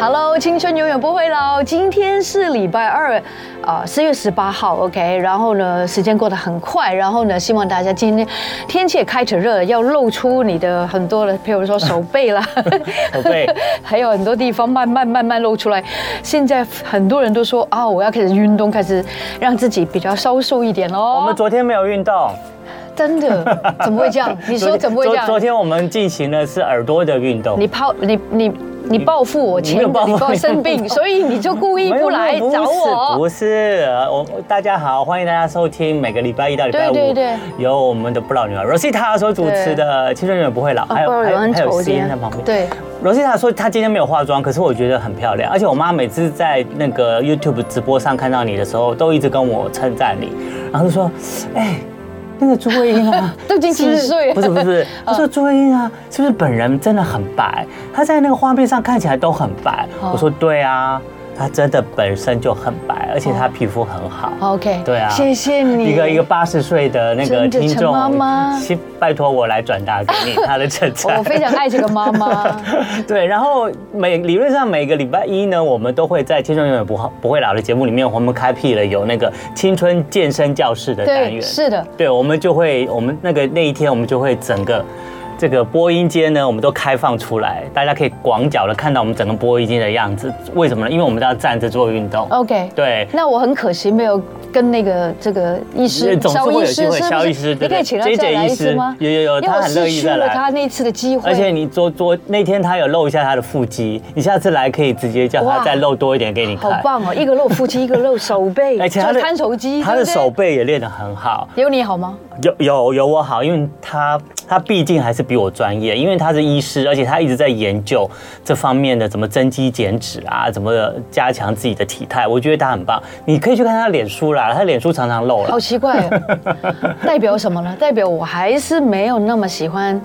Hello，青春永远不会老。今天是礼拜二，啊，四月十八号，OK。然后呢，时间过得很快。然后呢，希望大家今天天气也开始热了，要露出你的很多的，譬如说手背啦， 手背， 还有很多地方慢慢慢慢露出来。现在很多人都说啊，我要开始运动，开始让自己比较消瘦一点哦。我们昨天没有运动，真的怎么会这样？你昨说天怎么会这样昨？昨天我们进行的是耳朵的运动你。抛你你你报复我你钱没有，报复你我你生 病，所以你就故意没有不来不是找我。不是，呃我大家好，欢迎大家收听每个礼拜一到礼拜五，对对对由我们的不老女儿 Rosita 所主持的《青春永远不会老》，哦不然有人还有丑音点在旁边。对， Rosita 说她今天没有化妆，可是我觉得很漂亮，而且我妈每次在那个 YouTube 直播上看到你的时候，都一直跟我称赞你，然后就说，哎、那个朱慧英啊， 都已经几岁了嗯是不是不 是不是，她说朱慧英啊，是不是本人真的很白？她在那个画面上看起来都很白。哦我说对啊，她真的本身就很白，而且她皮肤很好。 OK，对啊哦谢谢你。一个一个，八十岁的那个真的听陈众，妈妈请拜托我来转达给你她的称赞。 我非常爱这个妈 妈。对，然后每理论上每个礼拜一呢，我们都会在《青春永远不好不会老》的节目里面，我们开辟了有那个青春健身教室的单对，元。是的，对，我们就会我们那个那一天，我们就会整个这个播音间呢，我们都开放出来，大家可以广角的看到我们整个播音间的样子。为什么呢？因为我们都要站着做运动。 OK。对。那我很可惜没有跟那个这个医师总是肖会医有师机是会，肖医不师是？你对对可以请他，J 再 J 来医一次师吗？有有有，因为他我很乐失意去再了来。他那一次的机会。而且你昨昨那天他有露一下他的腹肌，你下次来可以直接叫他哇再露多一点给你好看。棒哦，一个露腹肌，一个露手背，而且他的做摊手机，他对不的对手背也练得很好，有你好吗？有有有我好，因为他他毕竟还是比我专业，因为他是医师，而且他一直在研究这方面的怎么增肌减脂啊，怎么加强自己的体态，我觉得他很棒。你可以去看他的脸书啦，他脸书常常露了好。奇怪、哦， 代表什么呢？代表我还是没有那么喜欢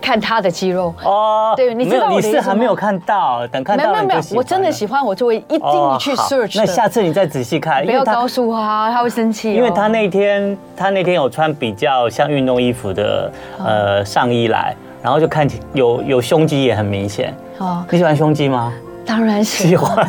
看他的肌肉。哦，对你知没有道我你的意是思还没有吗看到，等看没到有没有了你没有就喜，欢我真的了喜欢，我就会一定哦去好 search 的。那下次你再仔细看，不因要哦为他告诉他，他会生气哦。因为他那天他那天有穿比较像运动衣服的呃上衣来，然后就看起有有胸肌也很明显。哦，你喜欢胸肌吗？当然 喜是欢。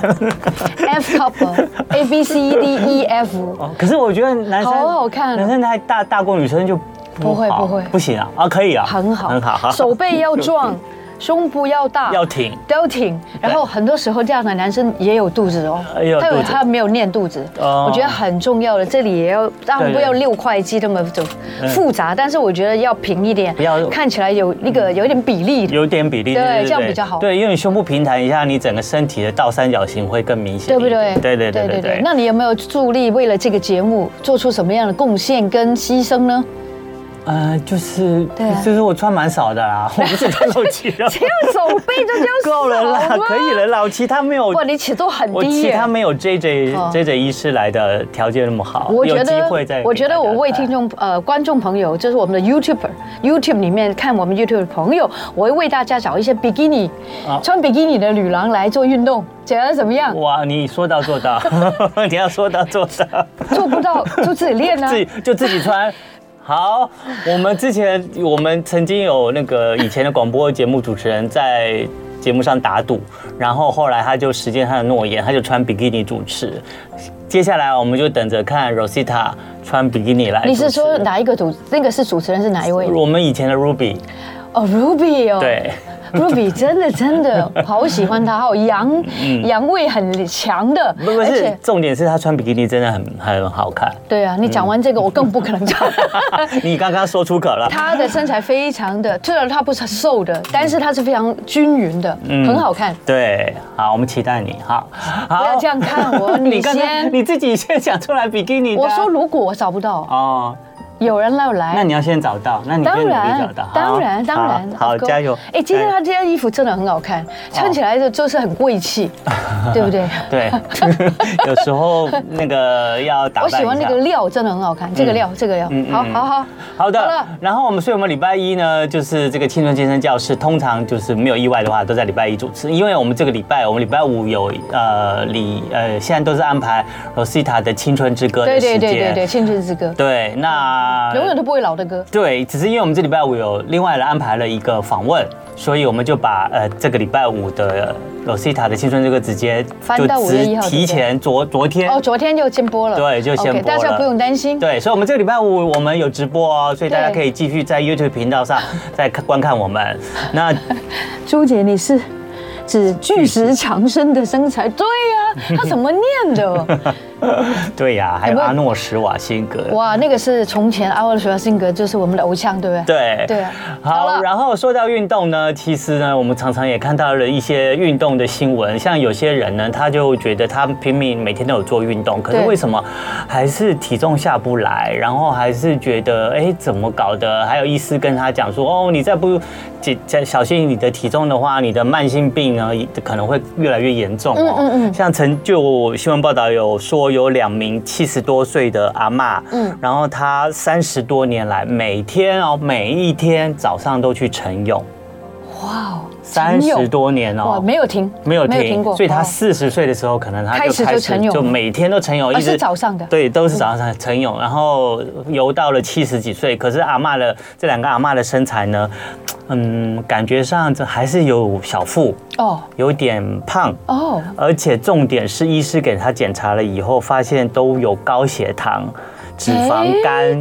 F couple A B C D E F，哦可是我觉得男生好好看啊男生太大大过女生就不会好不会不行啊啊可以啊，很好很好，手背啊要壮，胸部要大，要挺。都要挺。然后很多时候这样的男生也有肚子哦，呃也有他肚有子他没有练肚子，哦我觉得很重要的，这里也要当然对不要六块肌那么就复杂，但是我觉得要平一点不要，嗯看起来有那个有一点比例。有点比例，对对这样比较好对，因为你胸部平坦一下，你整个身体的倒三角形会更明显对一不点，对？对对对对对。那你有没有助力为了这个节目做出什么样的贡献跟牺牲 呢？呃，就是对啊就是我穿蛮少的啦， 我不是在露肌 肉，只有手背这就够了少啦，吗可以了啦，我其他没有哇，你尺度很我低其耶他。没有 J J 哦 J J 医师来的条件那么好，我觉哦有机得会再，我觉得我为听众众呃观众朋友，就是我们的 YouTuber YouTube 里面看我们 YouTube 的朋友，我会为大家找一些比基尼哦穿比基尼的女郎来做运动，觉得怎么 样？哇，你说到做到， 你要说到做到，做不 到就自己练啊 自。己就自己穿。好，我们之前我们曾经有那个以前的广播节目主持人在节目上打赌，然后后来他就实践他的诺言，他就穿比基尼主持。接下来我们就等着看 Rosita 穿比基尼来主持。你是说哪一个主？那个是主持人是哪一位？我们以前的 Ruby？哦，Ruby 哦。对。 Ruby 真的真 的好喜欢他，好阳阳味很强的，嗯不不而是且，重点是她穿比基尼真的很很好看。 对啊，你讲完这个我更不可能讲。你刚刚说出口了，她的身材非常的，虽然她不是瘦的，但是她是非常均匀的，很好看。对，好，我们期待你，好，嗯不好，要这样看我你 刚刚先你自己先讲出来比基尼的啊。我说如果我找不到，哦，有人要来。那你要先找到，那你当先努力然找到，，好当然，当然，好，好 Of course 加油！哎，今天加油他这件衣服真的很好看，穿起来就就是很贵 气，对不对？ 对，有时候那个要打我扮一下。喜欢那个料，真的很好看，这个料，这个料嗯，嗯好嗯好好，好好的了，然后我们所以我们礼拜一呢，就是这个青春健身教室，通常就是没有意外的话，都在礼拜一主持，因为我们这个礼拜，我们礼拜五有呃礼呃，现在都是安排 Rosita 的青春之歌的对时间，哎对对对对，《青春之歌》对那永远都不会老的歌。对，只是因为我们这礼拜五有另外的安排了一个访问，所以我们就把呃这个礼拜五的呃 Rosita 的青春之歌直接翻就到5月1号对不对提前昨昨天哦，昨天就先播了，对就先 OK，播了大家不用担心。对，所以我们这个礼拜五我们有直播哦，所以大家对可以继续在 YouTube 频道上再看观看我们。 那朱姐，你是指巨石强森的身材？对 呀、他怎么念的？对呀、还有阿诺·施瓦辛格。哇，那个是从前阿尔学性格，就是我们的偶像，对不对？对对啊好好，了然后说到运动呢，其实呢，我们常常也看到了一些运动的新闻，像有些人呢，他就觉得他拼命每天都有做运动，可是对为什么还是体重下不来？然后还是觉得哎怎么搞的？还有医师跟他讲说，哦，你再不减再小心你的体重的话，你的慢性病呢可能会越来越严重哦。嗯嗯嗯像曾就新闻报道有说，有两名七十多岁的阿嬷，嗯嗯，然后她三十多年来每天哦，每一天早上都去晨泳，哇哦，三陈十勇多年哇，哦，没有停，没有没有停停过，哦所以她哇四十岁的时候，可能她开就始就开晨始泳就每天都晨泳，而是早上的嗯对，都是早上晨泳，然后游到了七十几岁，可是阿嬷的这两个阿嬷的身材呢，嗯，感觉上这还是有小腹，哦有点胖。哦，而且重点是，医师给他检查了以后，发现都有高血糖、脂肪肝、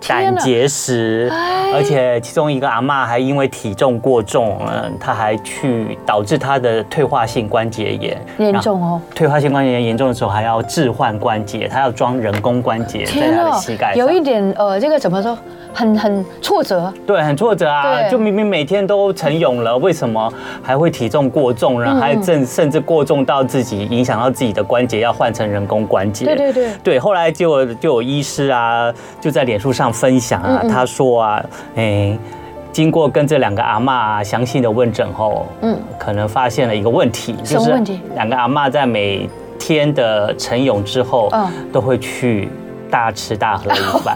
天胆哪结石哎，而且其中一个阿嬷还因为体重过重，嗯，她还去导致她的退化性关节炎严。重哦。退化性关节炎严重的时候，还要置换关节，她要装人工关节在天她的啊膝盖，上有。一点呃，这个怎么说，很很挫折，对，很挫折啊！对就明明每天都晨泳了，为什么还会体重过重，然后嗯还甚甚至过重到自己影响到自己的关节，要换成人工关节？对对对对，后来结果就有医师啊，就在脸书上分享啊，嗯嗯他说啊，哎、经过跟这两个阿嬷啊详细的问诊后，嗯嗯，可能发现了一个问题，什么问题两个阿嬷在每天的晨泳之后，嗯都会去大吃大喝 一番。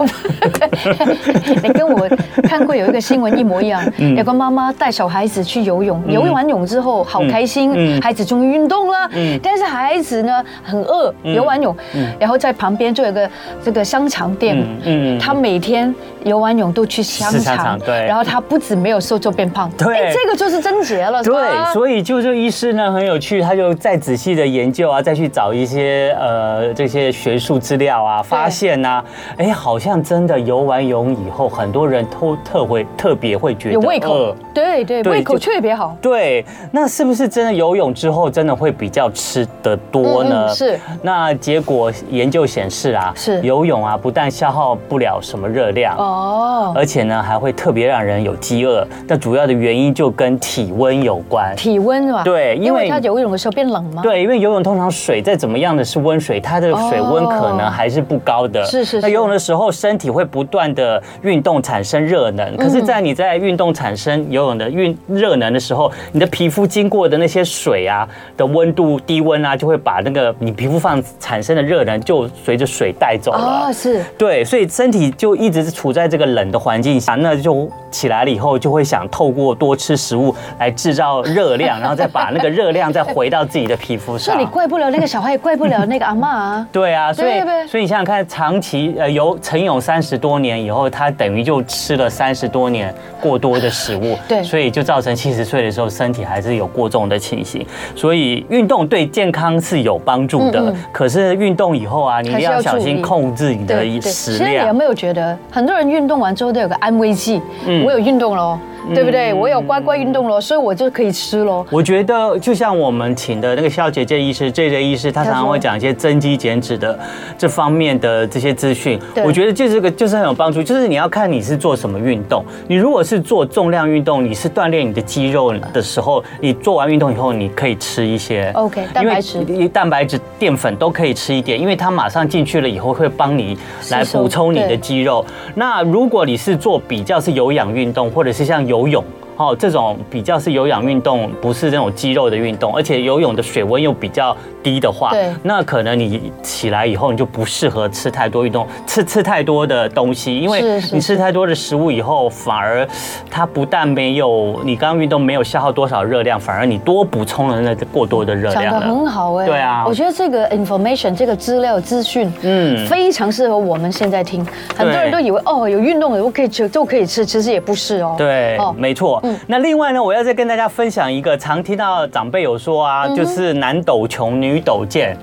你哎跟我看过有一个新闻一模一样，嗯有个妈妈带小孩子去游泳，游完泳之后好开心，嗯孩子终于运动了嗯，但是孩子呢很饿，游完泳，然后在旁边就有个这个香肠店嗯。嗯他每天游完泳都去香吃香肠肠，对然后他不止没有瘦，就变胖。对哎这个就是症结了，是吧对，所以就这医师呢很有趣，他就再仔细的研究啊，再去找一些呃这些学术资料啊，发现呢、啊，哎，好像真的游完泳以后，很多人都特会特别会觉得有胃口饿，对对，对胃口就特别好。对，那是不是真的游泳之后真的会比较吃得多呢？嗯嗯是。那结果研究显示啊，是游泳啊，不但消耗不了什么热量，哦，而且呢还会特别让人有饥饿。但主要的原因就跟体温有关。体温是吧？对因因为为他游泳的时候变冷嘛。对，因为游泳通常水再怎么样的是温水，它的水温可能还是不高的。哦是是那是游泳的时候，身体会不断的运动产生热能，可是，在你在运动产生游泳的运热能的时候，你的皮肤经过的那些水啊的温度低温啊，就会把那个你皮肤上产生的热能就随着水带走了。哦，是对，所以身体就一直是处在这个冷的环境下，那就起来了以后就会想透过多吃食物来制造热量，然后再把那个热量再回到自己的皮肤所上以你。怪不了那个小孩，也怪不了那个阿嬷 啊。对啊，所以对对所以你想想看，长期呃游陈勇三十多年以后，他等于就吃了三十多年过多的食物，对所以就造成七十岁的时候身体还是有过重的情形。所以运动对健康是有帮助的，嗯嗯可是运动以后啊，你一定还要是要小注意心控制你的对对，其食实你有量。嗯没有觉得，很多人运动完之后都有个安慰剂？我有运动了哦，对不对？我有乖乖运动了，所以我就可以吃咯。我觉得就像我们请的那个肖姐这医师、这这医师，他常常会讲一些增肌减脂的这方面的这些资讯对，我觉得就这个就是很有帮助。就是你要看你是做什么运动，你如果是做重量运动，你是锻炼你的肌肉的时候，你做完运动以后，你可以吃一些 OK，因蛋为白质你蛋白质、淀粉都可以吃一点，因为它马上进去了以后会帮你来吸收补充你的对肌肉。那如果你是做比较是有氧运动，或者是像游泳。哦，这种比较是有氧运动，不是那种肌肉的运动，而且游泳的水温又比较低的话，对那可能你起来以后你就不适合吃太多运动，吃吃太多的东西，因为是是你吃太多的食物以后，反而它不但没有你刚刚运动没有消耗多少热量，反而你多补充了那个过多的热讲量得了。很好哎、对啊我觉得这个 information 这个资料资讯，嗯，嗯非常适合我们现在听。很多人都以为哦，有运动的我可以吃，都可以吃，其实也不是哦。对哦，没错嗯。那另外呢，我要再跟大家分享一个常听到长辈有说啊，就是男抖穷，女抖贱，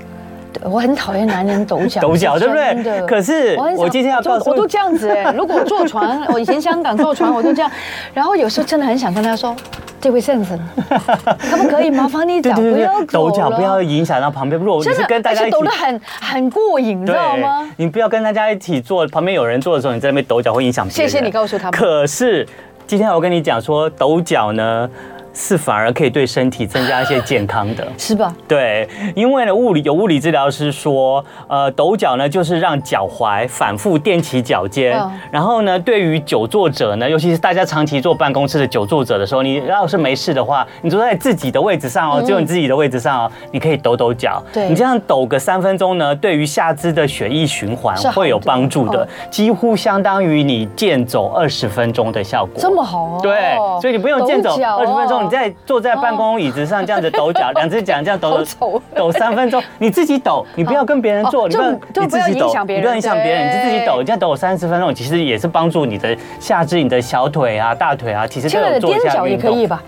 对我很讨厌男人抖脚， 抖脚对不真的对？可是我很少我今天要告诉我都我都这样子哎、如果我坐船，我以前香港坐船我都这样，然后有时候真的很想跟他说，这位先生，可不可以麻烦你脚不要抖脚了不要影响到旁边。如果你真是的跟，大而家且一起抖得很很过瘾，你知对道吗？，你不要跟大家一起坐，旁边有人坐的时候，你在那边抖脚会影响别谢人。谢你告诉他们。可是今天我跟你讲说，抖脚呢是反而可以对身体增加一些健康的。是吧？对，因为呢，物理有物理治疗师说，呃，抖脚呢就是让脚踝反复踮起脚尖，嗯然后呢，对于久坐者呢，尤其是大家长期坐办公室的久坐者的时候，你要是没事的话，你坐在自己的位置上哦，只有你自己的位置上哦，你可以抖抖脚，嗯对你这样抖个三分钟呢，对于下肢的血液循环是好会有的帮助的，哦几乎相当于你健走二十分钟的效果。这么好哦。对，所以你不用健走抖脚哦哦二十分钟，你在坐在办公椅子上这样子抖脚，两只脚这样抖好丑抖抖三分钟，你自己抖，你不要跟别人哦做，你就不要就你不自要己影抖，响别你人不要影响别人，你就自己对抖，你这样抖三十分钟，其实也是帮助你的下肢、你的小腿啊、大腿啊，其实都现在有的做一踮下脚也运可动以。吧？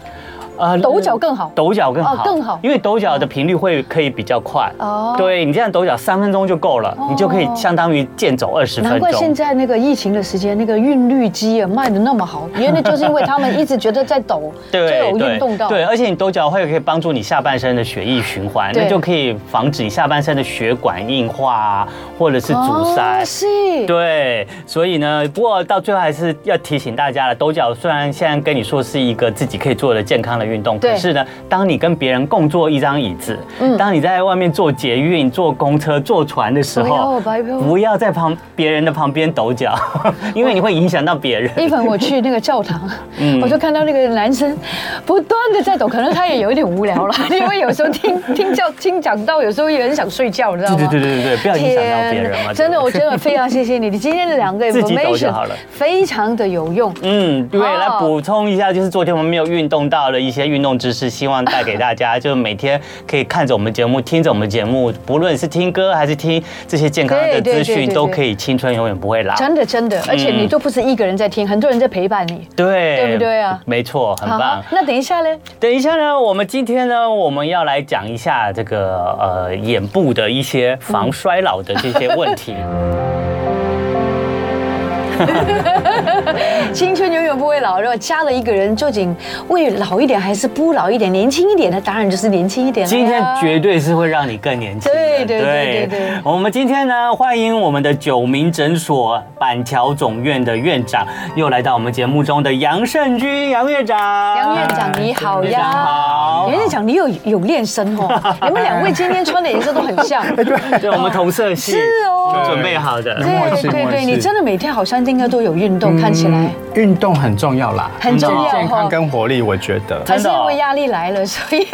啊抖脚更好抖脚更哦好，更好因为抖脚的频率会可以比较快。哦对你这样抖脚三分钟就够了，你就可以相当于健走二十难分怪现钟。在那个疫情的时间，那个韵律机啊卖的那么好，原来就是因为他们一直觉得在抖，就对有运对动到。对，而且你抖脚会可以帮助你下半身的血液循环，对那就可以防止你下半身的血管硬化啊，或者是阻塞哦。是。对，所以呢，不过到最后还是要提醒大家了，抖脚虽然现在跟你说是一个自己可以做的健康的运动，对嗯可是呢，当你跟别人共坐一张椅子，当你在外面坐捷运、坐公车、坐船的时哎不要候拜托，不要在旁别人的旁边抖脚， 因为你会影响到 别人。一粉，我去那个教堂，嗯我就看到那个男生不断的在抖，可能他也有一点无聊 了，因为有时候听听教听讲到，有时候也很想睡觉，你知道对吗？对对对对，不要影响到别人嘛。对不对真的，我真的非常谢谢你，你今天的两个 自己抖就 information 好了非常的有用。嗯，对，哦来补充一下，就是昨天我们没有运动到的一些运动知识，希望带给大家，就是每天可以看着我们节目，听着我们节目，不论是听歌还是听这些健康对的对资对讯，对都对可以青春永远不会 老。真的真的，而且你都不是一个人在听，很多人在陪伴你。对，对不对啊没错，嗯很棒。那等一下嘞，等一下呢，我们今天呢，我们要来讲一下这个呃眼部的一些嗯防衰老的这些问 题。青春永远不会老。如果加了一个人，究竟会老一点还是不老一点？年轻一点呢？当然就是年轻一点了呀。今天绝对是会让你更年轻的。对对对对对我们今天呢，欢迎我们的九民诊所板桥总院的院长，又来到我们节目中的杨胜军杨院长。杨院长你好哎院长呀，好杨院长你有有练身 哦，你们两位今天穿的颜色都很像。哎对，我们同色系 是哦准备好的。对默对契对默对，契你真的每天好像应该都有运动，看起来运动嗯很重要啦，很重要健康哦。跟活力，我觉得还是真的因哦为压力来了， 所 以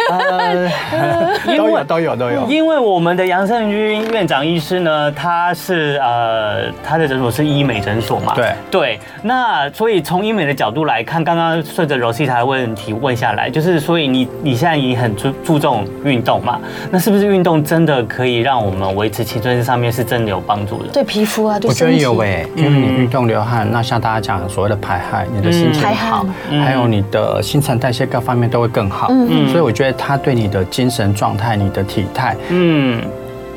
都有都有都有。因为我们的杨胜军院长医师呢，他是呃，他的诊所是医美诊所嘛，对对，那所以从医美的角度来看，刚刚顺着 Rosita 的问题问下来，就是所以你你现在也很注注重运动嘛，那是不是运动真的可以让我们维持青春上面是真的有帮助的？对皮肤啊，对我觉身得体有诶，因为你运动流汗，那像大家讲所谓的排汗，你的心情嗯排好汗，还有你的新陈代谢各方嗯面都会更好。所以我觉得它对你的精神状态、你的体态嗯，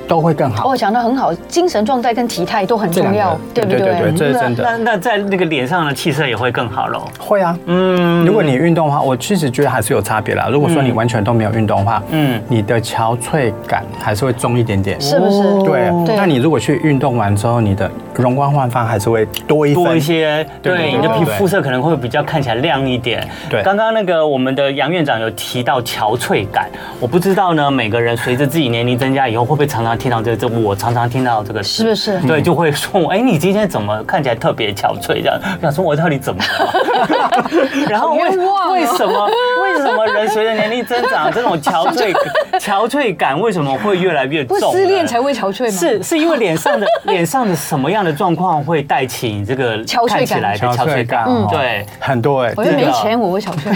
都会更好。哦，讲得很好，精神状态跟体态都很重要，这对两不个对？对对对这是真的那那在那个脸上的气色也会更好喽。会啊，嗯，如果你运动的话，我其实觉得还是有差别啦。如果说你完全都没有运动的话，嗯嗯，哦你的憔悴感还是会重一点点。是不是？对，啊对那你如果去运动完之后，你的容光焕发还是会多一分多一些，对对对对你的对皮对肤色可能会比较看起来亮一点。对刚刚那个我们的杨院长有提到憔悴感，我不知道呢，每个人随着自己年龄增加以后，会不会常常听到这个这我常常听到这个是词，不是？对，就会说我，哎，你今天怎么看起来特别憔悴？这样，我想说我到底怎 么了？然后为好冤枉哦为什么为什么人随着年龄增长，这种憔 悴憔悴感为什么会越来越不重呢？失恋才会憔悴吗？是是因为脸上的脸上的什么样的状况会带起你这个憔悴感看起来的憔憔悴悴感感？嗯哦，对，很多哎我，又真的没啊钱，我会憔悴。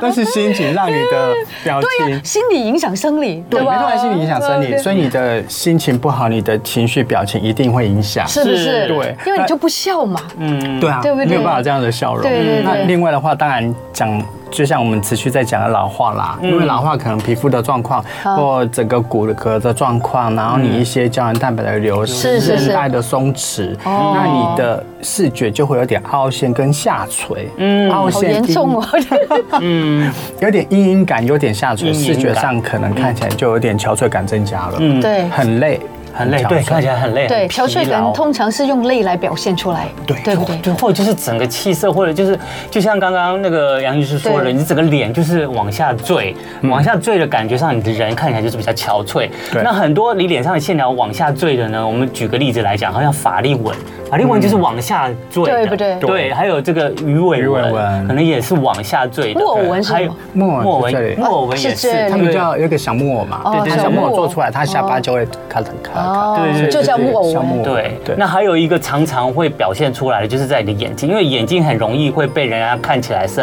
但是心情让你的表 对呀、啊情。心理影响生理，对，没吧？错，心理影响生理，所以以你的心情不好，你的情绪表情一定会影响。是不是？是对因为你就不笑嘛。嗯，对啊，对不对没有办法这样的笑容。对对对那另外的话，当然讲，就像我们持续在讲的老化啦，嗯因为老化可能皮肤的状况啊或整个骨骼的状况，然后你一些胶原蛋白的流失、嗯是是是韧带的松弛，哦那你的视觉就会有点凹陷跟下垂，嗯，凹好陷严重哦！ 有点阴影感，有点下垂，阴影视觉感上可能看起来就有点憔悴感增加了，嗯，对很累，很累，对，看起来很累，对，很疲劳憔悴感通常是用泪来表现出来，对对不对？对，或者就是整个气色，或者就是就像刚刚那个杨医师说的，对你整个脸就是往下坠，往下坠的感觉上，你的人看起来就是比较憔悴。对那很多你脸上的线条往下坠的呢，我们举个例子来讲，好像法令纹，法令纹就是往下坠的，嗯对不对对，还有这个鱼尾鱼尾纹，纹可能也是往下坠的。木偶纹是还什有么啊木偶木偶是这里纹，木偶纹也是这是，里他们叫有一个小木偶嘛，哦对，小小木木偶哦偶做出来，它下巴就会咔嚓咔嚓。对对对就叫木偶小纹木偶。对对那还有一个常常会表现出来的，就是在你的眼睛，因为眼睛很容易会被人家看起来是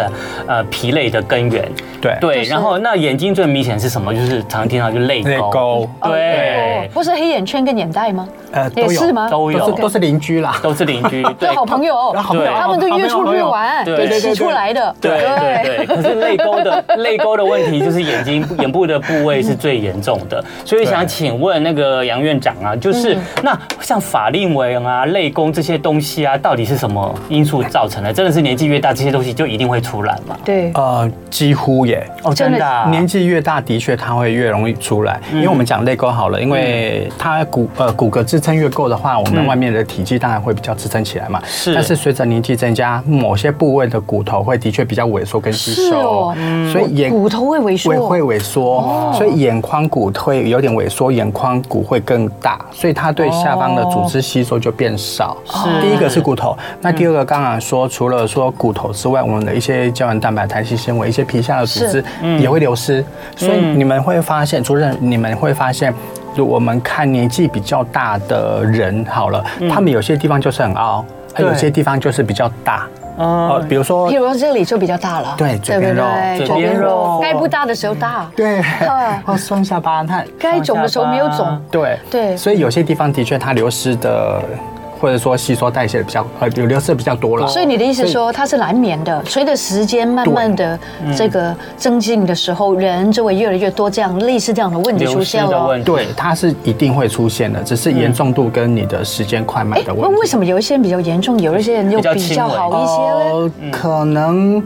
呃疲累的根源。对对，就是然后那眼睛最明显是什么？就是常听到就泪沟。泪沟哦对，不是黑眼圈跟眼袋吗？呃也是吗？都有都是都是邻居啦。都是邻 居。就好朋友哦，好朋友他们都约出去玩，对对对洗出来的，对对对，可是泪沟的泪沟的问题就是眼睛眼部的部位是最严重的，所以想请问那个杨院长啊，就是嗯那像法令纹啊、泪沟这些东西啊，到底是什么因素造成的？真的是年纪越大，这些东西就一定会出来吗？对呃，几乎耶。哦，真的真的啊，嗯年纪越大，的确它会越容易出来，因为我们讲泪沟好了，因为它骨呃骨骼支撑越够的话，我嗯们外面的体积当然会比较支撑起来嘛。是但是随着年纪增加，某些部位的骨头会的确比较萎缩跟吸是收哦嗯，所以眼骨头会萎缩哦会会萎缩，所以眼眶骨会有点萎缩，眼眶骨会更大，所以它对下方的组织吸收就变少。嗯是第一个是骨头，那第二个刚刚说，除了说骨头之外，我们的一些胶原蛋白、弹性纤维、一些皮下的组是嗯织也会流失，所以你们会发现，主任，你们会发现。如我们看年纪比较大的人好了，嗯他们有些地方就是很凹，还有对些地方就是比较大，哦呃，比如说譬如说这里就比较大了，对对嘴不边肉对？嘴边肉该不大的时候大，对 啊，哦，双下巴，它该肿的时候没有肿，对对所以有些地方的确它流失的，或者说吸收代谢的比较呃有流失的比较多了。所以你的意思说，它是难免的，随着时间慢慢的嗯这个增进的时候，人就会越来越多这样类似这样的问题出流失现的了。问题，对，它是一定会出现的，只是严重度跟你的时间快慢哎，的问题。那为什么有一些人比较严重，有一些人又比较比轻较微好一些呢？呃可能，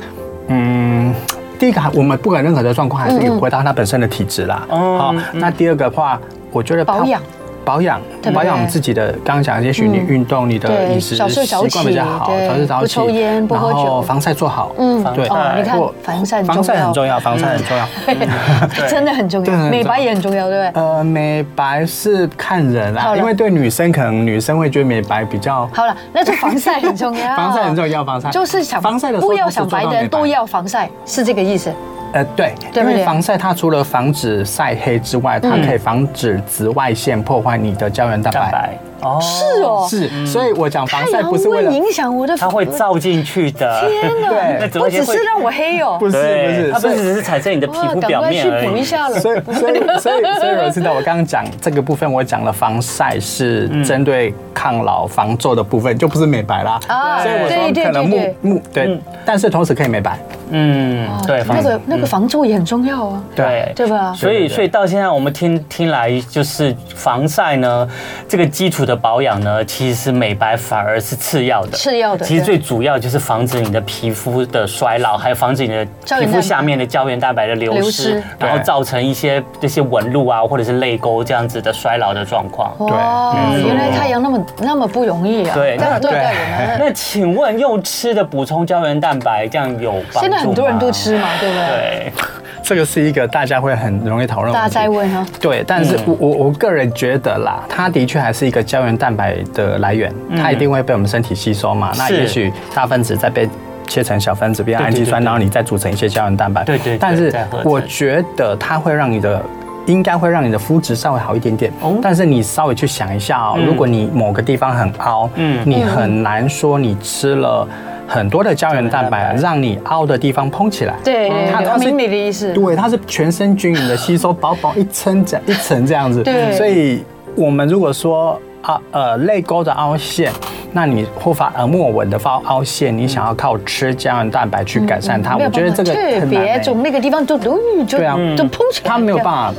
嗯，第一个还我们不管任何的状况，还嗯是回到它本身的体质啦。嗯好，那第二个的话，我觉得它哦保养。保养对，不对保养我们自己的。刚刚讲，也许你嗯运动、你的对饮食早睡习早惯比较起好，对早睡早不起，抽烟不喝然后酒防晒做好。嗯，防对哦，你看我防晒很重要，嗯防晒很重要，防晒很重要。 嗯对真的很重对要，很美白重要也很重要，对不对？呃，美白是看人好啦，了因为对女生可能女生会觉得美白比较好了，那就防晒很重要， 防晒很重要，防晒就是想防晒的时候不要想白的人都要防晒，是这个意思。呃对，对不对因嗯为防晒它除了防止晒黑之外，它可以防止紫外线破坏你的胶原蛋蛋白。白哦，是哦，是，所以我讲防太晒阳不是为会了影响我的，它会照进去的。天 对哪，那紫不外只线会是让我黑 哦，不是不对，是它不所以只是产生你的皮哇肤哦赶表快去面而补一已。下了。所以，所以， 所以，所以我知道，我刚刚讲这个部分，我讲了防晒是针对抗老防皱的部分，就不是美白啦。啊所以我对对说可对能目对目对，但是同时可以美白。嗯，对，那房子个那个房租也很重要啊，对对吧？所对对以，对所以到现在我们听听来，就是防晒呢，这个基础的保养呢，其实美白反而是次要的。次要的其实对最主要就是防止你的皮肤的衰老，还有防止你的胶原皮蛋肤白下面的胶原蛋白的流流失失，然后对造成一些这些纹路啊，或者是泪沟这样子的衰老的状况。没错哦原来太阳那么那么不容易啊，对这样对那待嗯对我们。那请问用吃的补充胶原蛋白，这样有 呃帮助吗？现在很多人都。吃嘛，对不对？对，这个是一个大家会很容易讨论的问题。大家在问啊哈，对，但嗯是我我我个人觉得啦，它的确还是一个胶原蛋白的来源，它一定会被我们身体吸收嘛。那嗯是也许大分子再被切成小分子变成氨基酸，对对对对然后你再组成一些胶原蛋白。对对对但是再合成我觉得它会让你的。应该会让你的肤质稍微好一点点，哦但是你稍微去想一下哦，如果你某个地方很凹，嗯你很难说你吃了很多的胶原蛋胶白原蛋白让你凹的地方嘭起来，嗯对对它对，它我是明你的意思。对，它是全身均匀的吸收，薄薄一层这样一层这样子。对所以我们如果说啊呃泪沟的凹陷，那你护发呃木偶纹的凹凹陷，你想要靠吃胶原蛋白去改善它，嗯没有我觉得办法这个特很难别欸肿那个地方就都就对啊就碰起来，它没有办法，法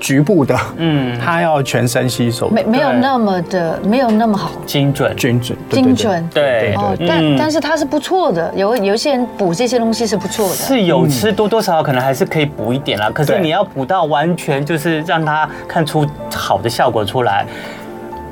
局部的，嗯嗯，它要全身吸收，没没有那么的，没有那么好精准。精准对对精对准。对哦，对但嗯但是它是不错的，有有一些人补这些东西是不错的。是有吃多多少少可能还是可以补一点嗯啦，可是对你要补到完全就是让它看出好的效果出来，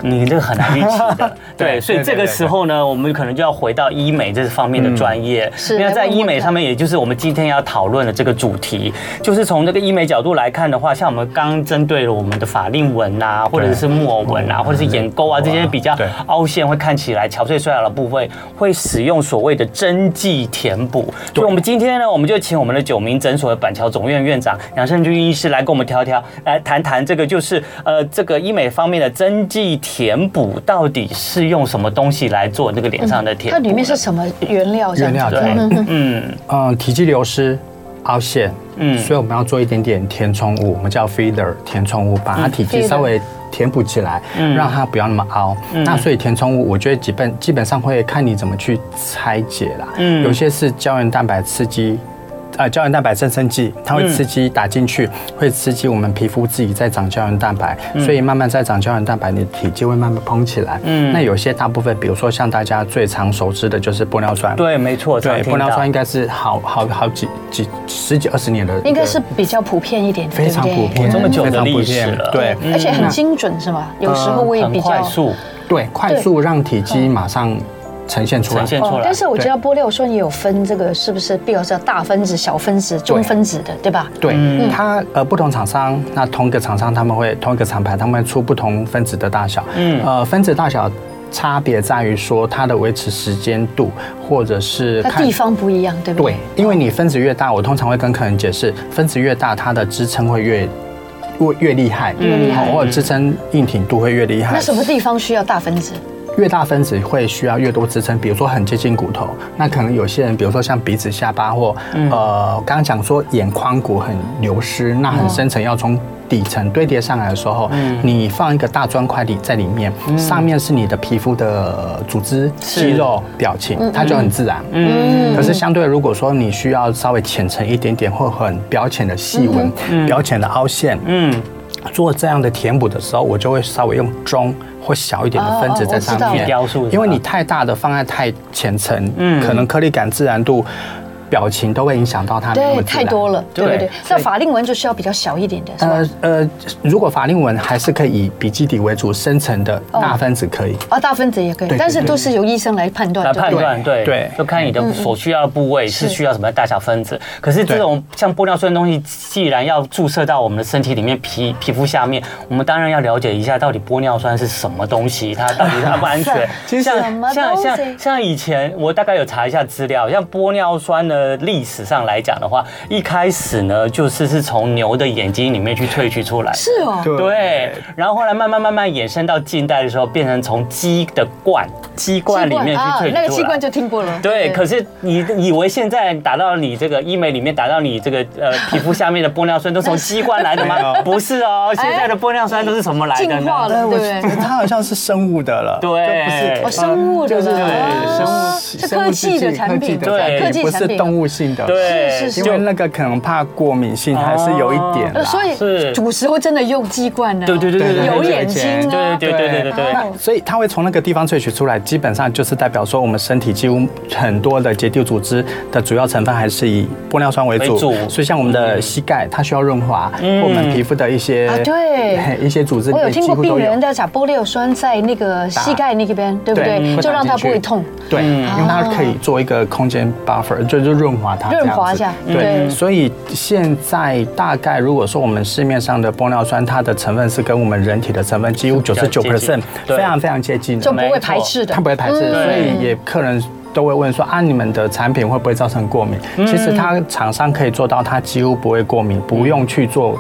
你这个很难预期的。 对，对所以对这对个对时候呢，我们可能就要回到医美这方面的专业。是那来在问医问美看上面，也就是我们今天要讨论的这个主题，就是从这个医美角度来看的话，像我们刚刚针对了我们的法令纹啊，或者是木偶纹啊，或者是眼沟啊这些比较对凹陷会看起来憔悴衰老的部分，会使用所谓的针剂填补。所以，我们今天呢，我们就请我们的九名诊所的板桥总院院长杨胜军医师来跟我们聊聊，来谈谈这个就是呃这个医美方面的针剂填补到底是用什么东西来做那个脸上的填嗯它补呢？里面是什么原料？这样原料子对，嗯嗯，体积流失、凹陷，嗯嗯，所以我们要做一点点填充物，我们叫 feeder 填充物，把它体积 feeder 稍微填补起来，让它不要那么凹。那所以填充物，我觉得基本基本上会看你怎么去拆解啦。嗯嗯，有些是胶原蛋白刺激。呃，胶原蛋白增生剂，它会刺激打进去，会刺激我们皮肤自己在长胶原蛋白，所以慢慢在长胶原蛋白，你的体积会慢慢膨起来。嗯嗯，那有些大部分，比如说像大家最常熟知的就是玻尿酸，对，没错，常对，听玻尿到酸应该是好好好几几十几二十年的一个，应该是比较普遍嗯一点的，非常对不普对遍，嗯这么久的非常普历史遍了对而且很精准是吗？有时候我也很比较快速对，快速让体积马上呈现出来呈。现出哦来，，但是我知道玻尿酸也有分这个是不是，比如说大分子、小分子、中分子的，对吧？对它呃，不同厂商，那同一个厂商他们会同一个厂牌，他们会出不同分子的大小。嗯嗯，呃，分子大小差别在于说它的维持时间度，或者是它看地方不一样，对不对对？，因为你分子越大，我通常会跟客人解释，分子越大，它的支撑会越越越厉害，嗯越厉害好或者支撑硬挺度会越厉害。那什么地方需要大分子？越大分子会需要越多支撑，比如说很接近骨头，那可能有些人，比如说像鼻子、下巴或、嗯呃，刚刚讲说眼眶骨很流失，那很深层要从底层堆叠上来的时候，嗯你放一个大砖块里在里面，上面是你的皮肤的组织、肌肉、表情，它就很自然。嗯可是相对，如果说你需要稍微浅层一点点，或很表浅的细嗯纹、表浅的凹陷，嗯，做这样的填补的时候，我就会稍微用中或小一点的分子在上哦哦我知道面了雕塑是吧因为你太大的放在太浅层，嗯可能颗粒感、自然度、表情都会影响到它没那对，么自太然多了，对不对对？那法令纹就需要比较小一点的，是吧？呃呃，如果法令纹还是可以以比基底为主，深层的哦大分子可以。啊，大分子也可以对，对但是都是由医生来判断，来对判不对断，对对就看你的所需要的部位是是需要什么大小分子。可是这种像玻尿酸的东西，既然要注射到我们的身体里面皮皮肤下面，我们当然要了解一下到底玻尿酸是什么东西，它到底安不安全 是。其像什么像东西像像以前我大概有查一下资料，像玻尿酸的历史上来讲的话，一开始呢就是是从牛的眼睛里面去萃取出来的。是哦，对，然后后来慢慢慢慢衍生到近代的时候，变成从鸡的罐、鸡罐里面去萃取出来。啊那个器官就听过了。对，可是你以为现在打到你这个医美里面打到你这个 呃皮肤下面的玻尿酸都从鸡冠来的没吗？有不是哦，现在的玻尿酸都是什么来的哎进化呢？了，哎我对不对？它好像是生物 的了，对就不是哦，生物的就是了，对啊生物是科技的产品，对对，科技不产是品，动物性的，对，是是因就为那个可能怕过敏性还是有一点啦呃，所以是古时候真的用鸡冠呢，对对对对对有对眼睛啊，对对对对对对哦所以它会从那个地方萃取出来，基本上就是代表说我们身体几乎很多的结缔组织的主要成分还是以玻尿酸为主，为主所以像我们的膝盖它需要润滑，嗯或我们皮肤的一些、啊对嘿一些组织里我有面听几过乎病都人有。在打玻尿酸在那个膝盖那边，对不对？嗯就让它不会痛。嗯对，因为它可以做一个空间 buffer，就是润滑它，润滑一下嗯这样子对嗯对，所以现在大概如果说我们市面上的玻尿酸，它的成分是跟我们人体的成分几乎九较十接近九 percent，对非常非常接近的，就不会排斥的，它不会排斥，嗯所以也客人都会问说啊，你们的产品会不会造成过敏？嗯其实它厂商可以做到，它几乎不会过嗯敏，不用去做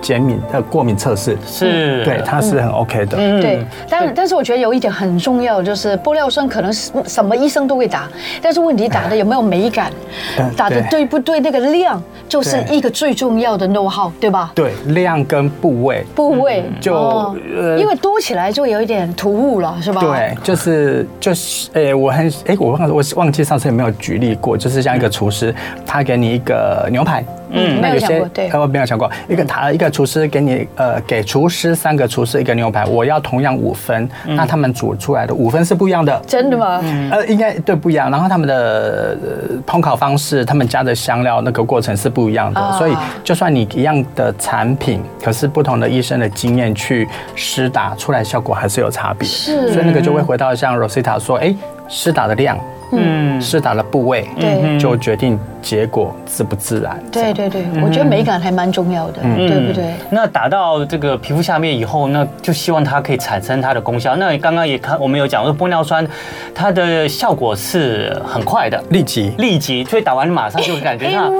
减敏的过敏测试，是，嗯对，它是很 OK 的。嗯对，但但是我觉得有一点很重要，就是玻尿酸可能是什么医生都会打，但是问题打的有没有美感嗯，打的对不对，那个量就是对一个最重要的 know how，对吧？对，量跟部位，部位就哦呃因为多起来就有一点突兀了，是吧？对，就是就是，诶、我很诶、我忘了我忘记上次有没有举例过，就是像一个厨师，他给你一个牛排，嗯没有想过对呃没有想过，一个他一个厨师给你呃给厨师三个厨师一个牛排，我要同样五分，嗯那他们煮出来的五分是不一样的。真的吗？呃，应该对不一样，然后他们的呃烹烤方式、他们加的香料那个过程是不一样的，啊所以就算你一样的产品，可是不同的医生的经验去施打出来效果还是有差别。是所以那个就会回到像 Rosita 说，哎，施打的量，嗯，施打的部位，对就决定结果自不自然。对对对，嗯我觉得美感还蛮重要的，对不对？那打到这个皮肤下面以后，那就希望它可以产生它的功效。那刚刚也看我们有讲说玻尿酸，它的效果是很快的，立即立即，所以打完马上就感哎觉上。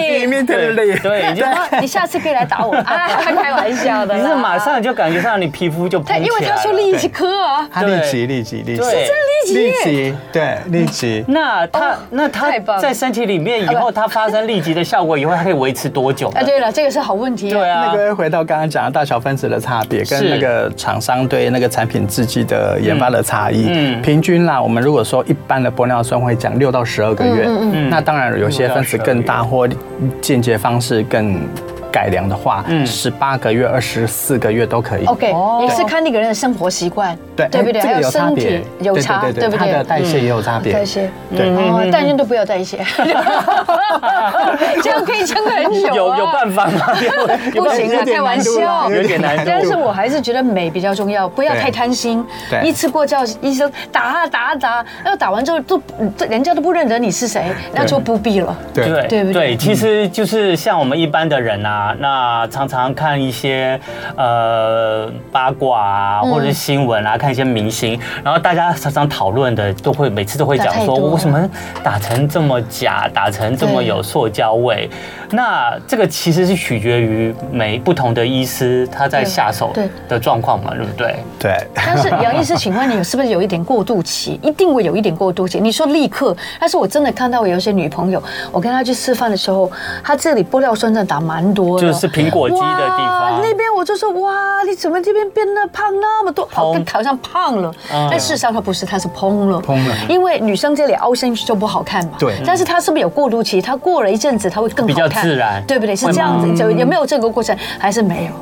Immediately，对 对，你就 你下次可以来打我啊！ 开玩笑的啦，你是马上就感觉上你皮肤就他喷因起为来他了说立即科啊，他立即立即立即，对是真立立即即对立即。那它那它哦太棒了在身体里面以后，它发生立即的效果以后，它可以维持多久呢？啊，对了，这个是好问题。对啊那个回到刚刚讲的大小分子的差别，是跟那个厂商对那个产品制剂的研发的差异。嗯平均啦，我们如果说一般的玻尿酸会讲六到十二个月，嗯那当然有些分子更大或间接方式更改良的话，十八个月、二十四个月都可以。嗯 OK，哦也是看那个人的生活习惯，对，对不对？哎这还个有有差身别体，有差，对不它的对？代谢也有差别。代谢，对嗯哦，但愿都不要代 谢， 这样可以撑很久啊。有有办法吗？有不办法行啊，有点开玩难度啦笑，有点难度但是我还是觉得美比较重要，不要对太贪心。对一次过叫医生打啊打啊打啊，然后打完之后都人家都不认得你是谁，那就不必了。对对不对其实就是像我们一般的人啊，那常常看一些呃八卦啊，或嗯者是新闻啊，看一些明星，然后大家常常讨论的，都会每次都会讲打太说，多了为什么打成这么假，打成这么对有塑胶味？那这个其实是取决于每不同的医师他在对下手对的状况嘛，对不对？对。但是杨医师，请问你是不是有一点过渡期？一定会有一点过渡期。你说立刻，但是我真的看到有一些女朋友，我跟她去吃饭的时候，她这里玻尿酸真的打蛮多的，就是苹果肌的地哇方。那边我就说哇，你怎么这边变得胖那么多？好蓬好像胖了，嗯但事实上它不是，它是嘭了。嘭了因为女生这里凹进去就不好看嘛。对但是它是不是有过渡期？它过了一阵子，它会更比较好看，自然对不对？是这样子，有有没有这个过程？还是没有？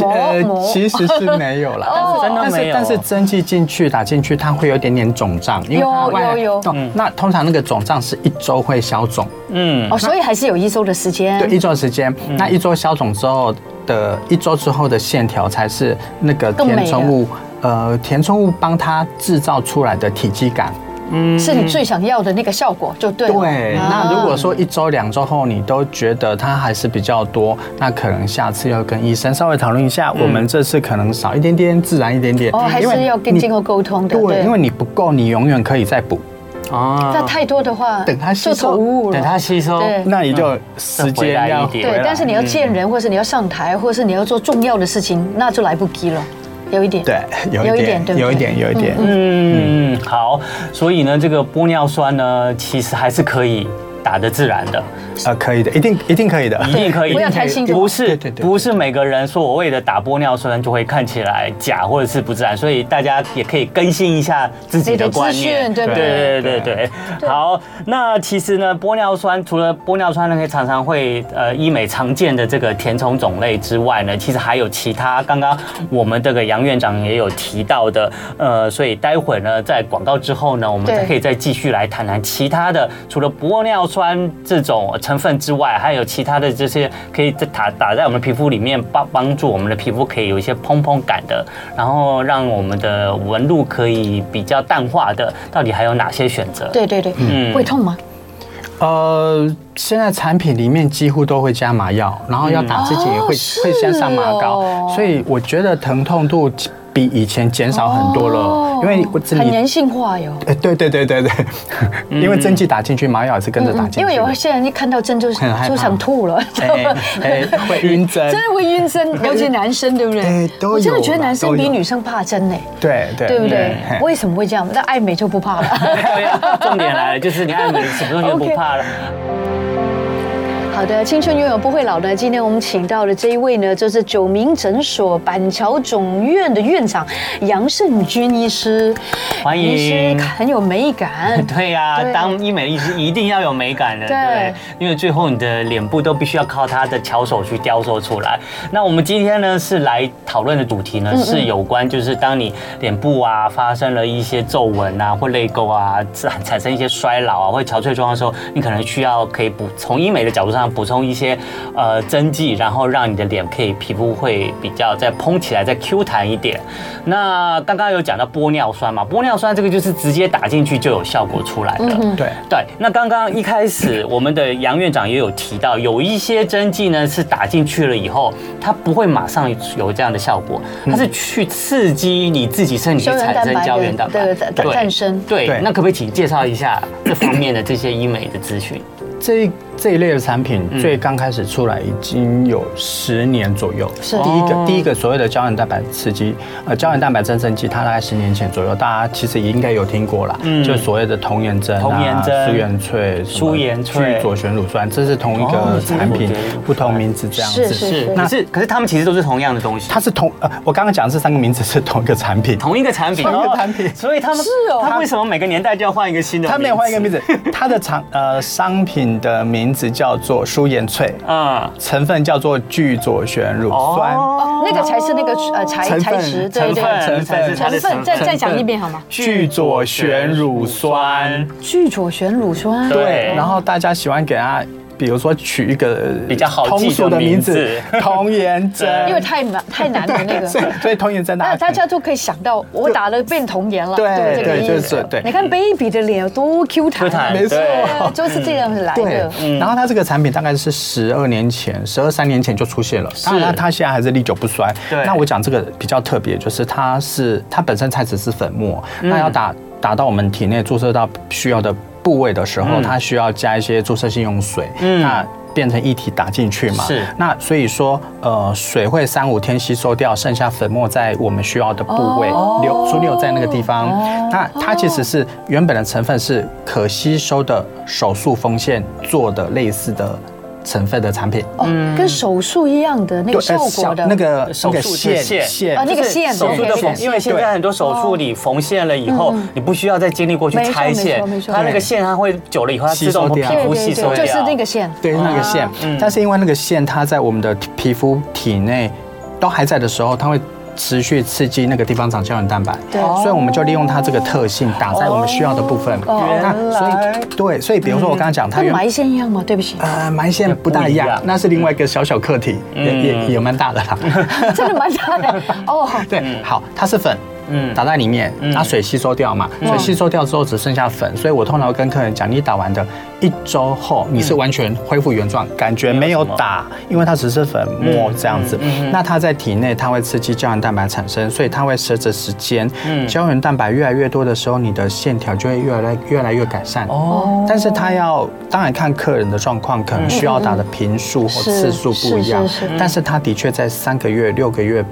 呃磨，磨其实是没有啦， 哦真的但没是有但是蒸汽进去打进去，它会有一点点肿胀，因为它有外有有哦那通常那个肿胀是一周会消肿，嗯，哦，所以还是有一周的时间。对，一周的时间。那一周消肿之后的一周之后的线条才是那个更美的填充物，呃，填充物帮它制造出来的体积感。是你最想要的那个效果就对了。对，啊那如果说一周、两周后你都觉得它还是比较多，那可能下次要跟医生稍微讨论一下，我们这次可能少一点点，自然一点点。哦，还因为是要跟你经过沟通的。对，因为你不够，你永远可以再补。啊那太多的话，等它吸就收头雾了。等它吸收，对那你就时间再回来一要点对，但是你要见嗯人，或是你要上台，或是你要做重要的事情，那就来不及了，有一点。对，有有一一点点，对不对嗯有一点，有一点。嗯嗯，好，所以呢，这个玻尿酸呢，其实还是可以打打得自然的，呃，可以的，一定一定可以的。一定可以。不要太兴奋不是对对对对不是每个人所谓的打玻尿酸就会看起来假或者是不自然，所以大家也可以更新一下自己的观念，你的资讯对不对对对对对对。好，那其实呢，玻尿酸除了玻尿酸呢，可以常常会呃医美常见的这个填充种类之外呢，其实还有其他。刚刚我们这个杨院长也有提到的，呃，所以待会儿呢，在广告之后呢，我们对才可以再继续来谈谈其他的，除了玻尿酸这种呃成分之外，还有其他的这些可以在打打在我们皮肤里面帮帮助我们的皮肤可以有一些蓬蓬感的，然后让我们的纹路可以比较淡化的，到底还有哪些选择？对对对，嗯会痛吗？呃，现在产品里面几乎都会加麻药，然后要打自己也哦会、是会先上麻膏，哦所以我觉得疼痛度比以前减少很多了，哦因为我这很人里。性化哟。哎，对对对对嗯对， 因为针剂打进去，麻药也是跟着打进去嗯的，因为有些人一看到针就 很害怕 就想吐了，知道 吗哎哎会晕 针，真的会晕 针，尤其男生，对不对哎？都有我真的觉得啦男生都比有女生怕针呢，对对对不对嘿？为什么会这样？那爱美就不怕 了。 对啊，重点来了，就是你爱美，什么东西都不怕了。好的，青春永远不会老呢。今天我们请到的这一位呢，就是九民诊所板桥总院的院长杨胜军医师，欢迎。医师很有美感 对呀、对当医美医师一定要有美感的，对对，因为最后你的脸部都必须要靠他的巧手去雕塑出来。那我们今天呢是来讨论的主题呢是有关，就是当你脸部啊发生了一些皱纹啊或泪沟啊，自产生一些衰老啊或憔悴状况的时候，你可能需要可以补从医美的角度上补充一些呃针剂，然后让你的脸可以皮肤会比较再蓬起来，再 Q 弹一点。那刚刚有讲到玻尿酸嘛，玻尿酸这个就是直接打进去就有效果出来的。对对，那刚刚一开始我们的杨院长也有提到，有一些针剂呢是打进去了以后，它不会马上有这样的效果，它是去刺激你自己身体去胶原产蛋生白胶的原蛋白，对的诞生对，对那可不可以请介绍一下这方面的这些医美的资讯？这一这一类的产品嗯最刚开始出来已经有十年左右，是第一个、哦第一个所谓的胶原蛋白刺激，呃，胶原蛋白增生剂，它大概十年前左右，大家其实应该有听过啦，嗯就所谓的童颜针、啊、童颜针舒颜萃、什么舒颜萃聚左旋乳酸，这是同一哦个产聚左旋品乳酸，不同名字这样子。是是 是，可那是可是他们其实都是同样的东西，它是同呃，我刚刚讲的这三个名字是同一个产 品，同一个产品，同一个哦产品所以他们是哦他为什么每个年代就要换一个新的？它没有换一个 名字，它的产呃商品的名字叫做舒颜萃，啊。成分叫做聚左旋乳哦酸。那个才是那个呃材成材分质，对成对分对，才是它的成分再再讲一遍好吗？聚左旋乳酸，聚左旋乳酸，对然后大家喜欢给它，比如说取一个比较好记通的俗的名字名，童颜针，因为太难太难了 那所个。以所以童颜针那大家大家就可以想到，我打了变童颜了，对不对这个意就思是对你看 baby 的脸有多 Q 弹啊 Q 弹没错对啊就是这样子来对的。，哦嗯然后它这个产品大概是十二年前、十二三年前就出现了，当然它现在还是历久不衰。对那我讲这个比较特别，就是它是它本身材质是粉末，嗯那要打打到我们体内注射到需要的部位的时候，嗯它需要加一些注射性用水，嗯那变成液体打进去嘛。是那所以说，呃，水会三五天吸收掉，剩下粉末在我们需要的部位哦留存留在那个地方。那它其实是原本的成分是可吸收的手术锋线做的类似的成分的产品，哦，跟手术一样的那个效嗯呃果的那个手那个术是线线线啊那个线手术的 OK，缝，线哦嗯因为现在很多手术你缝线了以后，你不需要再经历过去拆线没错没错没，错它那个线它会久了以后，它自动吸收皮掉肤吸收掉，就是那个线。对，那个线。嗯但是因为那个线它在我们的皮肤体内都还在的时候，它会持续刺激那个地方长胶原蛋白。对所以哦我们就利用它这个特性打在我们需要的部分。哦那所原来以对，所以比如说我刚刚讲，它跟原埋线一样吗？对不 起，呃埋线不大一不一样样，嗯那是另外一个小小课题，也也也蛮大的啦。真的蛮大的哦。对，好，它是粉。嗯嗯，打在里面，把水吸收掉嘛，水吸收掉之后只剩下粉，所以我通常会跟客人讲，你打完的一周后，你是完全恢复原状，感觉嗯没有嗯打，因为它只是粉末这样子。那它在体内，它会刺激胶原蛋白产生，所以它会随着时间，胶原蛋白越来越多的时候，你的线条就会越来越来越改善。哦，嗯但是它要当然看客人的状况，可能需要打的频数或是次数不一样是是是，但是它的确在三个月、六个月。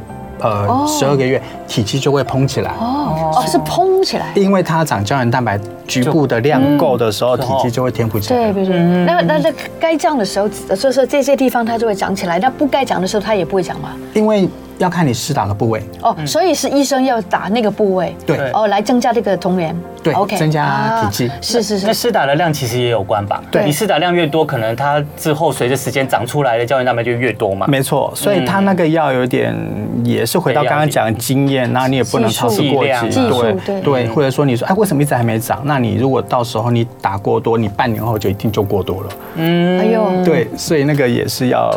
呃十二个月，体积就会膨起来。哦，是蓬起来。因为它长胶原蛋白局部的量够的时候，体积就会填补起来对。对对，嗯那那在该降的时候，就是说这些地方它就会长起来，那不该长的时候它也不会长嘛。因为要看你施打的部位，哦，所以是医生要打那个部位，嗯对哦，来增加这个童颜，对增加体积啊是是那是，施打的量其实也有关吧？对你施打量越多，可能它之后随着时间长出来的胶原蛋白就越多嘛。没错。所以它那个药有点也是回到刚刚讲经验，那你也不能操之过急，技术对对对，或者说你说哎为什么一直还没长？那你如果到时候你打过多，你半年后就一定就过多了。哎呦，对，所以那个也是要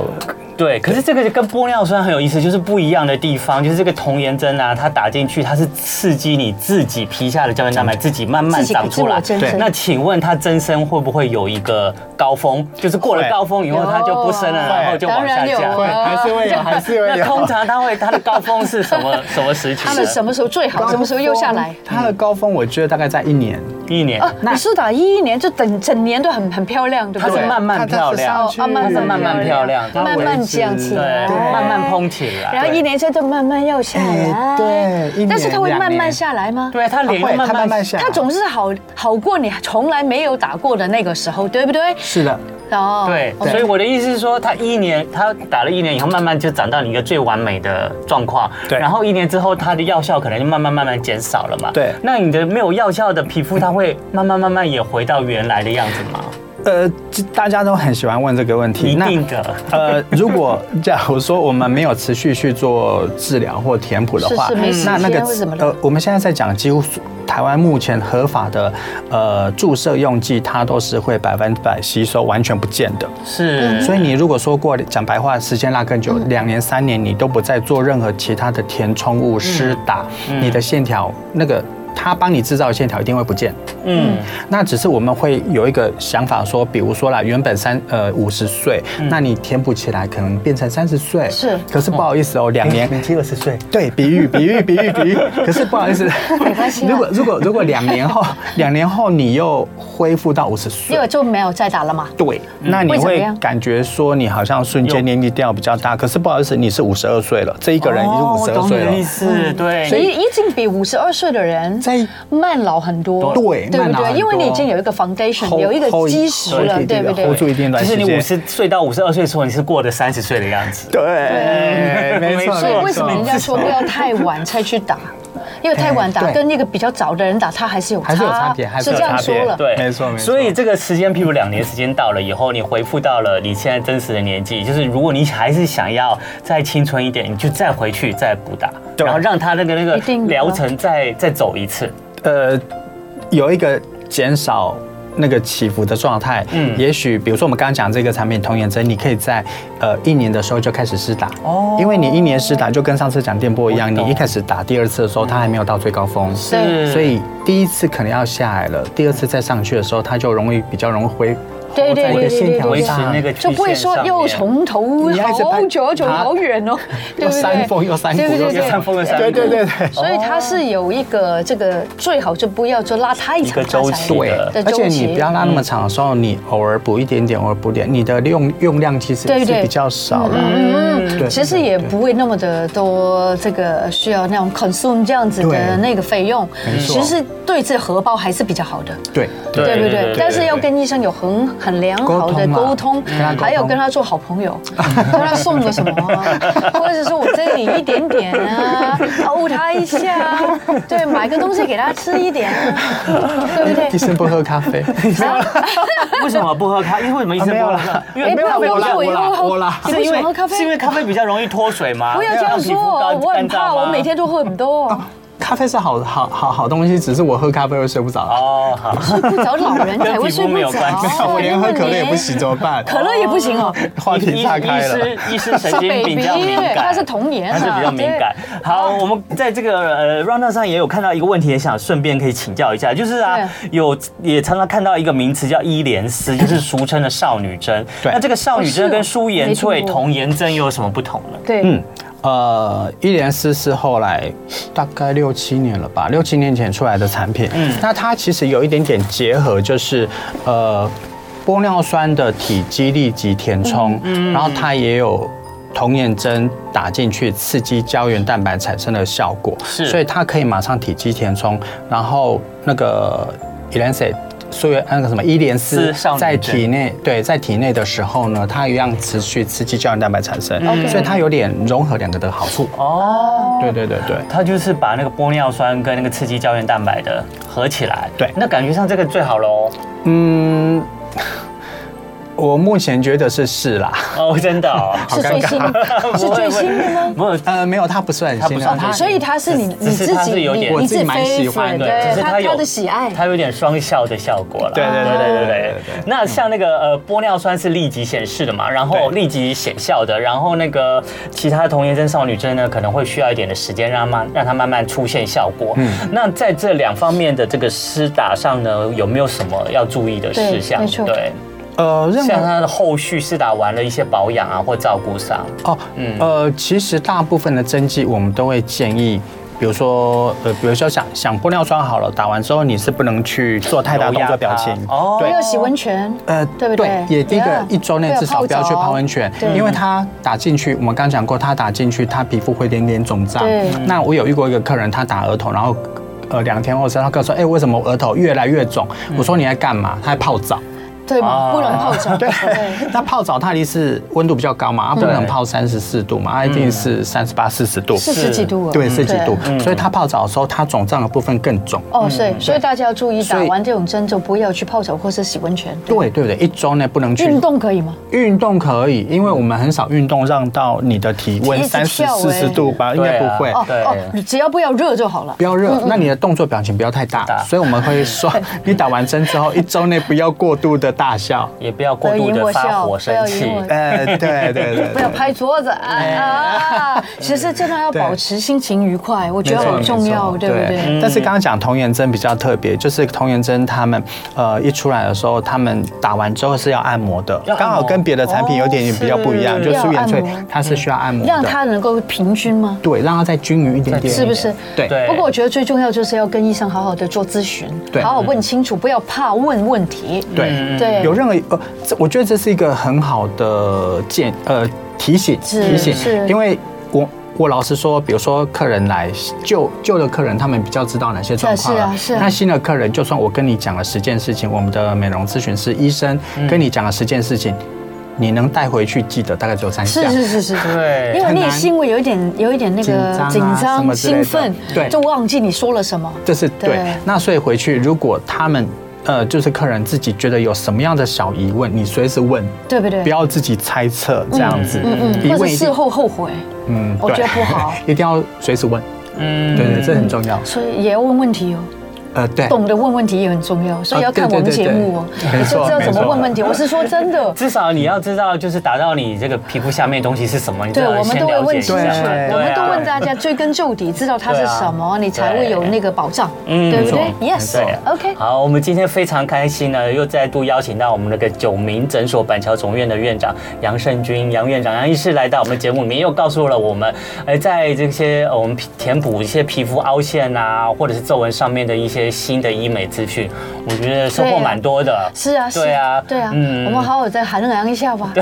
对，可是这个跟玻尿酸很有意思，就是不一样的地方，就是这个童颜针啊，它打进去，它是刺激你自己皮下的胶原蛋白自己慢慢自己长出来自我增。生那请问它增生会不会有一个高峰？就是过了会高峰以后，它就不生了，有然后就往下哦当然有降。啊还是会有，还是 那通常它会它的高峰是什么 什么时期呢？他们什么时候最好，什么时候又下来？它的高峰我觉得大概在一年，一年？啊，你是打一一年就整整年都很很漂亮，对不它对？是慢慢漂亮它是上去哦慢它是慢慢漂亮它慢慢降起对，来，慢慢膨起来。然后一年之后就慢慢要下来，哎对一年但是它会慢两慢年下来吗？对它脸会它慢慢慢慢下来，它总是好好过你从来没有打过的那个时候，对不对？是的，哦，对，哦所以我的意思是说，他一年他打了一年以后，慢慢就长到你一个最完美的状况。对然后一年之后，它的药效可能就慢慢慢慢减少了嘛。对那你的没有药效的皮肤，它会慢慢慢慢也回到原来的样子吗？呃，这大家都很喜欢问这个问题，一定的。呃，如果假如说我们没有持续去做治疗或填补的话，是是嗯没时间那那或什么个的呃，我们现在在讲，几乎台湾目前合法的呃注射用剂，它都是会百分百吸收，完全不见的。是，所以你如果说过讲白话，时间拉更嗯久，两年三年，你都不再做任何其他的填充物施打，嗯你的线条那个它帮你制造的线条一定会不见。嗯，那只是我们会有一个想法说，比如说啦，原本三呃五十岁，那你填补起来可能变成三十岁，嗯是嗯可是不好意思哦，两年。纪二十岁，对，比喻，比喻，比喻，比 喻。可是不好意思，关系啦啊如果如果如果两年后，两年后你又恢复到五十因为岁，就没有再打了嘛。对，那你会怎么会样感觉说你好像瞬有间年纪掉比较大，可是不好意思，你是五十二岁了，这一个人已经哦五十我二懂岁你的了，意思，对，所以已经比五十二岁的人在慢老很多，对对不慢老对？很多因为你已经有一个 foundation， hold- 有一个 hold- 基石 hold 了，住对不，hold 住对？一定其段实时你五间。十岁到五十二岁的时候，你是过了三十岁的样子。对，没没错，错所以为没什错么人家说不要太晚才去打？因为太晚打哎哎对跟那个比较早的人打，他还是有还是有差别，还是是有这样差说别，了。 对没错没错。所以这个时间，譬如两年时间到了以后，你回复到了你现在真实的年纪，就是如果你还是想要再青春一点，你就再回去再补打，对然后让他那个那一个定的疗程再再走一次。呃，有一个减少那个起伏的状态，嗯嗯，也许比如说我们刚刚讲这个产品童颜针，你可以在呃一年的时候就开始施打，哦哦，因为你一年施打就跟上次讲电波一样，我懂你一开始打第二次的时候，它还没有到最高峰，对嗯所以第一次可能要下来了，第二次再上去的时候，它就容易比较容易恢。对对在一对个对线对条对维持上那个就不会说又从头你还是好搬久好久爬好远哦，对 又不对？山峰又山谷对对对又对又山峰又山谷对对对对。所以它是有一个这个最好就不要就拉太长一个周期它才对的而且周期你不要拉那么长的时候，你偶尔补一点点，偶尔补点，你的用用量其实对是对嗯比较少了。对其实也不会那么的多，这个需要那种 consume 这样子的对那个费用，没错其实对自己荷包还是比较好的，对对对不对对对对？但是要跟医生有很很良好的沟通沟通啊跟他沟，通还有跟他做好朋 友，跟他送个什么啊， 或者是我赠你一点点啊，怄他一下啊，对，买个东西给他吃一点 啊，对不对医？生不喝咖啡， 为什么不喝咖？因为为什么一直不喝咖？因哎为不要咖不要我啡啊我啦以我啦后我啦你是不喜因欢喝为咖啡是因为咖啡比较容易脱水吗？不要这样说，我很怕，我每天都会很多 哦。咖啡是好好好好东西，只是我喝咖啡会睡不 着。哦好。不着老人才会睡不着，啊我连喝可乐也不行，怎么办？可乐也不行哦， 话题岔医开了。师医师神经比较敏感，他是童颜啊他是比较敏感。好，我们在这个呃 round 上也有看到一个问题，也想顺便可以请教一下，就是啊，有也常常看到一个名词叫伊莲丝，就是俗称的少女针。 对那这个少女针跟舒颜哦是萃、哦没听过童颜针又有什么不同呢？对，嗯，呃，伊莲丝是后来大概六七年了吧，六七年前出来的产品。嗯，那它其实有一点点结合，就是呃玻尿酸的体积立即填充，然后它也有。童颜针打进去，刺激胶原蛋白产生的效果，是所以它可以马上体积填充，然后那个 e l a n c e 素颜那个什么伊莲丝是少女在针体内对在体内的时候呢，它一样持续刺激胶原蛋白产生，所以它有点融合两个的好处。哦，对对对对。它就是把那个玻尿酸跟那个刺激胶原蛋白的合起来。对那感觉上这个最好哦喽。嗯，我目前觉得是是啦。哦，真的哦。 是最新，是 最新的吗？哦没有，呃，没有，它不是很它新不的算，很所以它是你只你是自它己，是有你点我自己蛮 favorite，喜欢的只对是他它有他的喜爱，它有点双效的效果了。对对哦对对对对对对对对。那像那个呃玻尿酸是立即显示的嘛，然后对立即显效的，然后那个其他童颜针、少女针呢，可能会需要一点的时间让它慢让它慢慢出现效果。嗯，那在这两方面的这个施打上呢，有没有什么要注意的事项？对没错对，呃，任像何它的后续施打完了一些保养啊或照顾上，哦，嗯呃，其实大部分的针剂我们都会建议。比如说，呃，比如说想想玻尿酸好了，打完之后你是不能去做太大动作表情揉压它哦对没有洗温泉，呃，对不对啊也第一个 Yeah 一周内至少不要去泡温泉对，啊因为它打进去，我们刚讲过，它打进去，它皮肤会点点肿胀对。那我有遇过一个客人，他打额头，然后。呃，两天后，他跟我说：“哎、为什么我额头越来越肿？”嗯我说：“你在干嘛？”他在泡澡。对吗？啊不能泡澡，对，那泡澡它一定是温度比较高嗯嘛，它不能泡三十四度嘛，它一定是三十八、四十度，四十几度啊，对，四十几度。所以它泡澡的时候，它肿胀的部分更肿。哦，所以所以大家要注意，嗯所打以完这种针就不要去泡澡或是洗温泉。对对对，一周内不能去运动可以吗？运动可以，因为我们很少运动让到你的体温一直三十跳四欸十度吧，应对啊该不会。哦嗯对哦，你只要不要热就好了不。要热，那你的动作表情不要太大大，所以我们 会说，你打完针之后一周内不要过度的大笑。也不要过度不要引的我发笑火不要生引气我。 呃，对对对不要拍桌子啊啊！其实真的要对保持心情愉快，我没 觉得错很重要，没错嗯对不对？但是刚刚讲童颜针比较特别，就是童颜针他们呃一出来的时候，他们打完之后是要按摩的要按摩，刚好跟别的产品有点比较不一样，哦就是素颜萃要按摩它是需要按摩让的，它能够平均吗？对，让它再均匀一点点，是不是？对对不过我觉得最重要就是要跟医生好好的做咨询，对好好问清楚，不要怕问问题。对对有任何呃，这我觉得这是一个很好的建呃提醒是提醒是，因为我。我老实说，比如说客人来旧旧的客人，他们比较知道哪些状况是啊了是啊那新的客人，就算我跟你讲了十件事情，我们的美容咨询师、医生嗯跟你讲了十件事情，你能带回去记得大概只有三项。是是是是，对因为很你难也因为有一点有一点那紧张个啊紧什张、么之类兴的奋，对就忘记你说了什么。这是对对。那所以回去，如果他们呃，就是客人自己觉得有什么样的小疑问，你随时问，对不对不要自己猜测这样子，嗯疑或者问一定事后后悔，嗯，我对觉得不好 一定要随时问。嗯对对，这很重要。所以也要问问题哦。呃，对，懂得问问题也很重要，所以要看啊对我们对对节目哦，对你就知道没怎错么问问题。我是说真的，至少你要知道，就是打到你这个皮肤下面的东西是什么，你至对少我们先都会了解问一清楚，下。对对啊我们都问大家追根究底，知道它是什么，对啊你才会有那个保障，啊嗯对不对没对？Yes，OK。好，我们今天非常开心呢，又再度邀请到我们那个九民诊所板桥总院的院长杨胜军杨院长杨医师来到我们节目里面，又告诉了我们，呃，在这些呃我们皮填补一些皮肤凹陷啊，或者是皱纹上面的一些新的医美资讯，我觉得收获对啊蛮多 的。是啊，是对啊，对啊，嗯我们好好再衡量一下吧。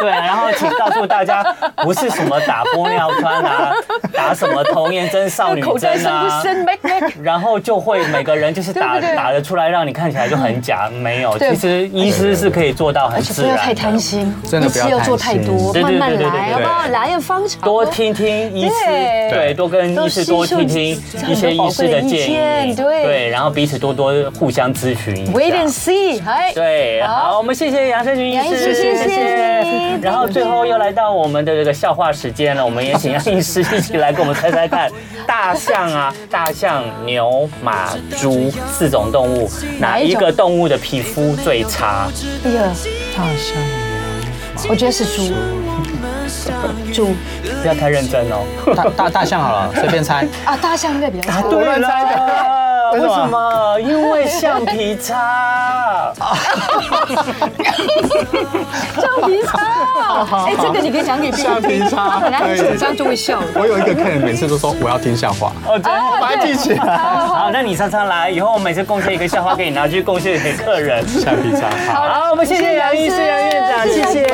对，啊然后请告诉大家，不是什么打玻尿酸啊，打什么童颜针、少 女口袋针深不啊。深？Make make。然后就会每个人就是打对不对打得出来，让你看起来就 很假，没有。对其实医师是可以做到很而且自不然要的，太贪心，真的一不要次要做太贪心多，对对慢慢对对对来，对好对不好？来啊方长，多听听医师，对对，多跟医师多听听一些医师很多宝贵的的建意议，见对然后彼此多多互相咨询一下。 ，Wait and see，嗨。哎 对，好好，我们谢谢杨胜军医杨医师师，谢谢你然后最后又来到我们的这个笑话时间了，我们也请杨医师一起来跟我们猜 猜看，大象啊、大象、牛、马、猪四种动物，哪哪一一个动物的皮肤最差？哎呀，大象。我觉得是 猪，猪不要太认真 哦。大大大象好 了，随便猜。啊，大象应该比较多。啊乱猜的。为 为什什么么？因为橡皮擦。哦橡皮擦， 哎，这个你可以讲给别人橡皮擦本来很可以紧张就会笑的。我有一个客人每次都说我要听笑话，哦，真的。我把它记 起来。好，那你常常来，以后我每次贡献一个笑话给你，拿去贡献给客人。橡皮擦。好。好，我们谢谢杨医师、杨院长，谢谢。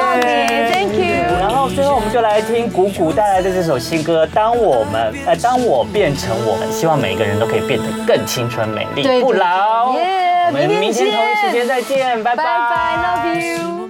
，Thank you。然后最后我们就来听谷谷带来的这首新歌《当我们呃当我变成我们》，希望每一个人都可以变得更青春美丽对不老。对耶我们明天明天同一时间再见，拜拜拜，love you。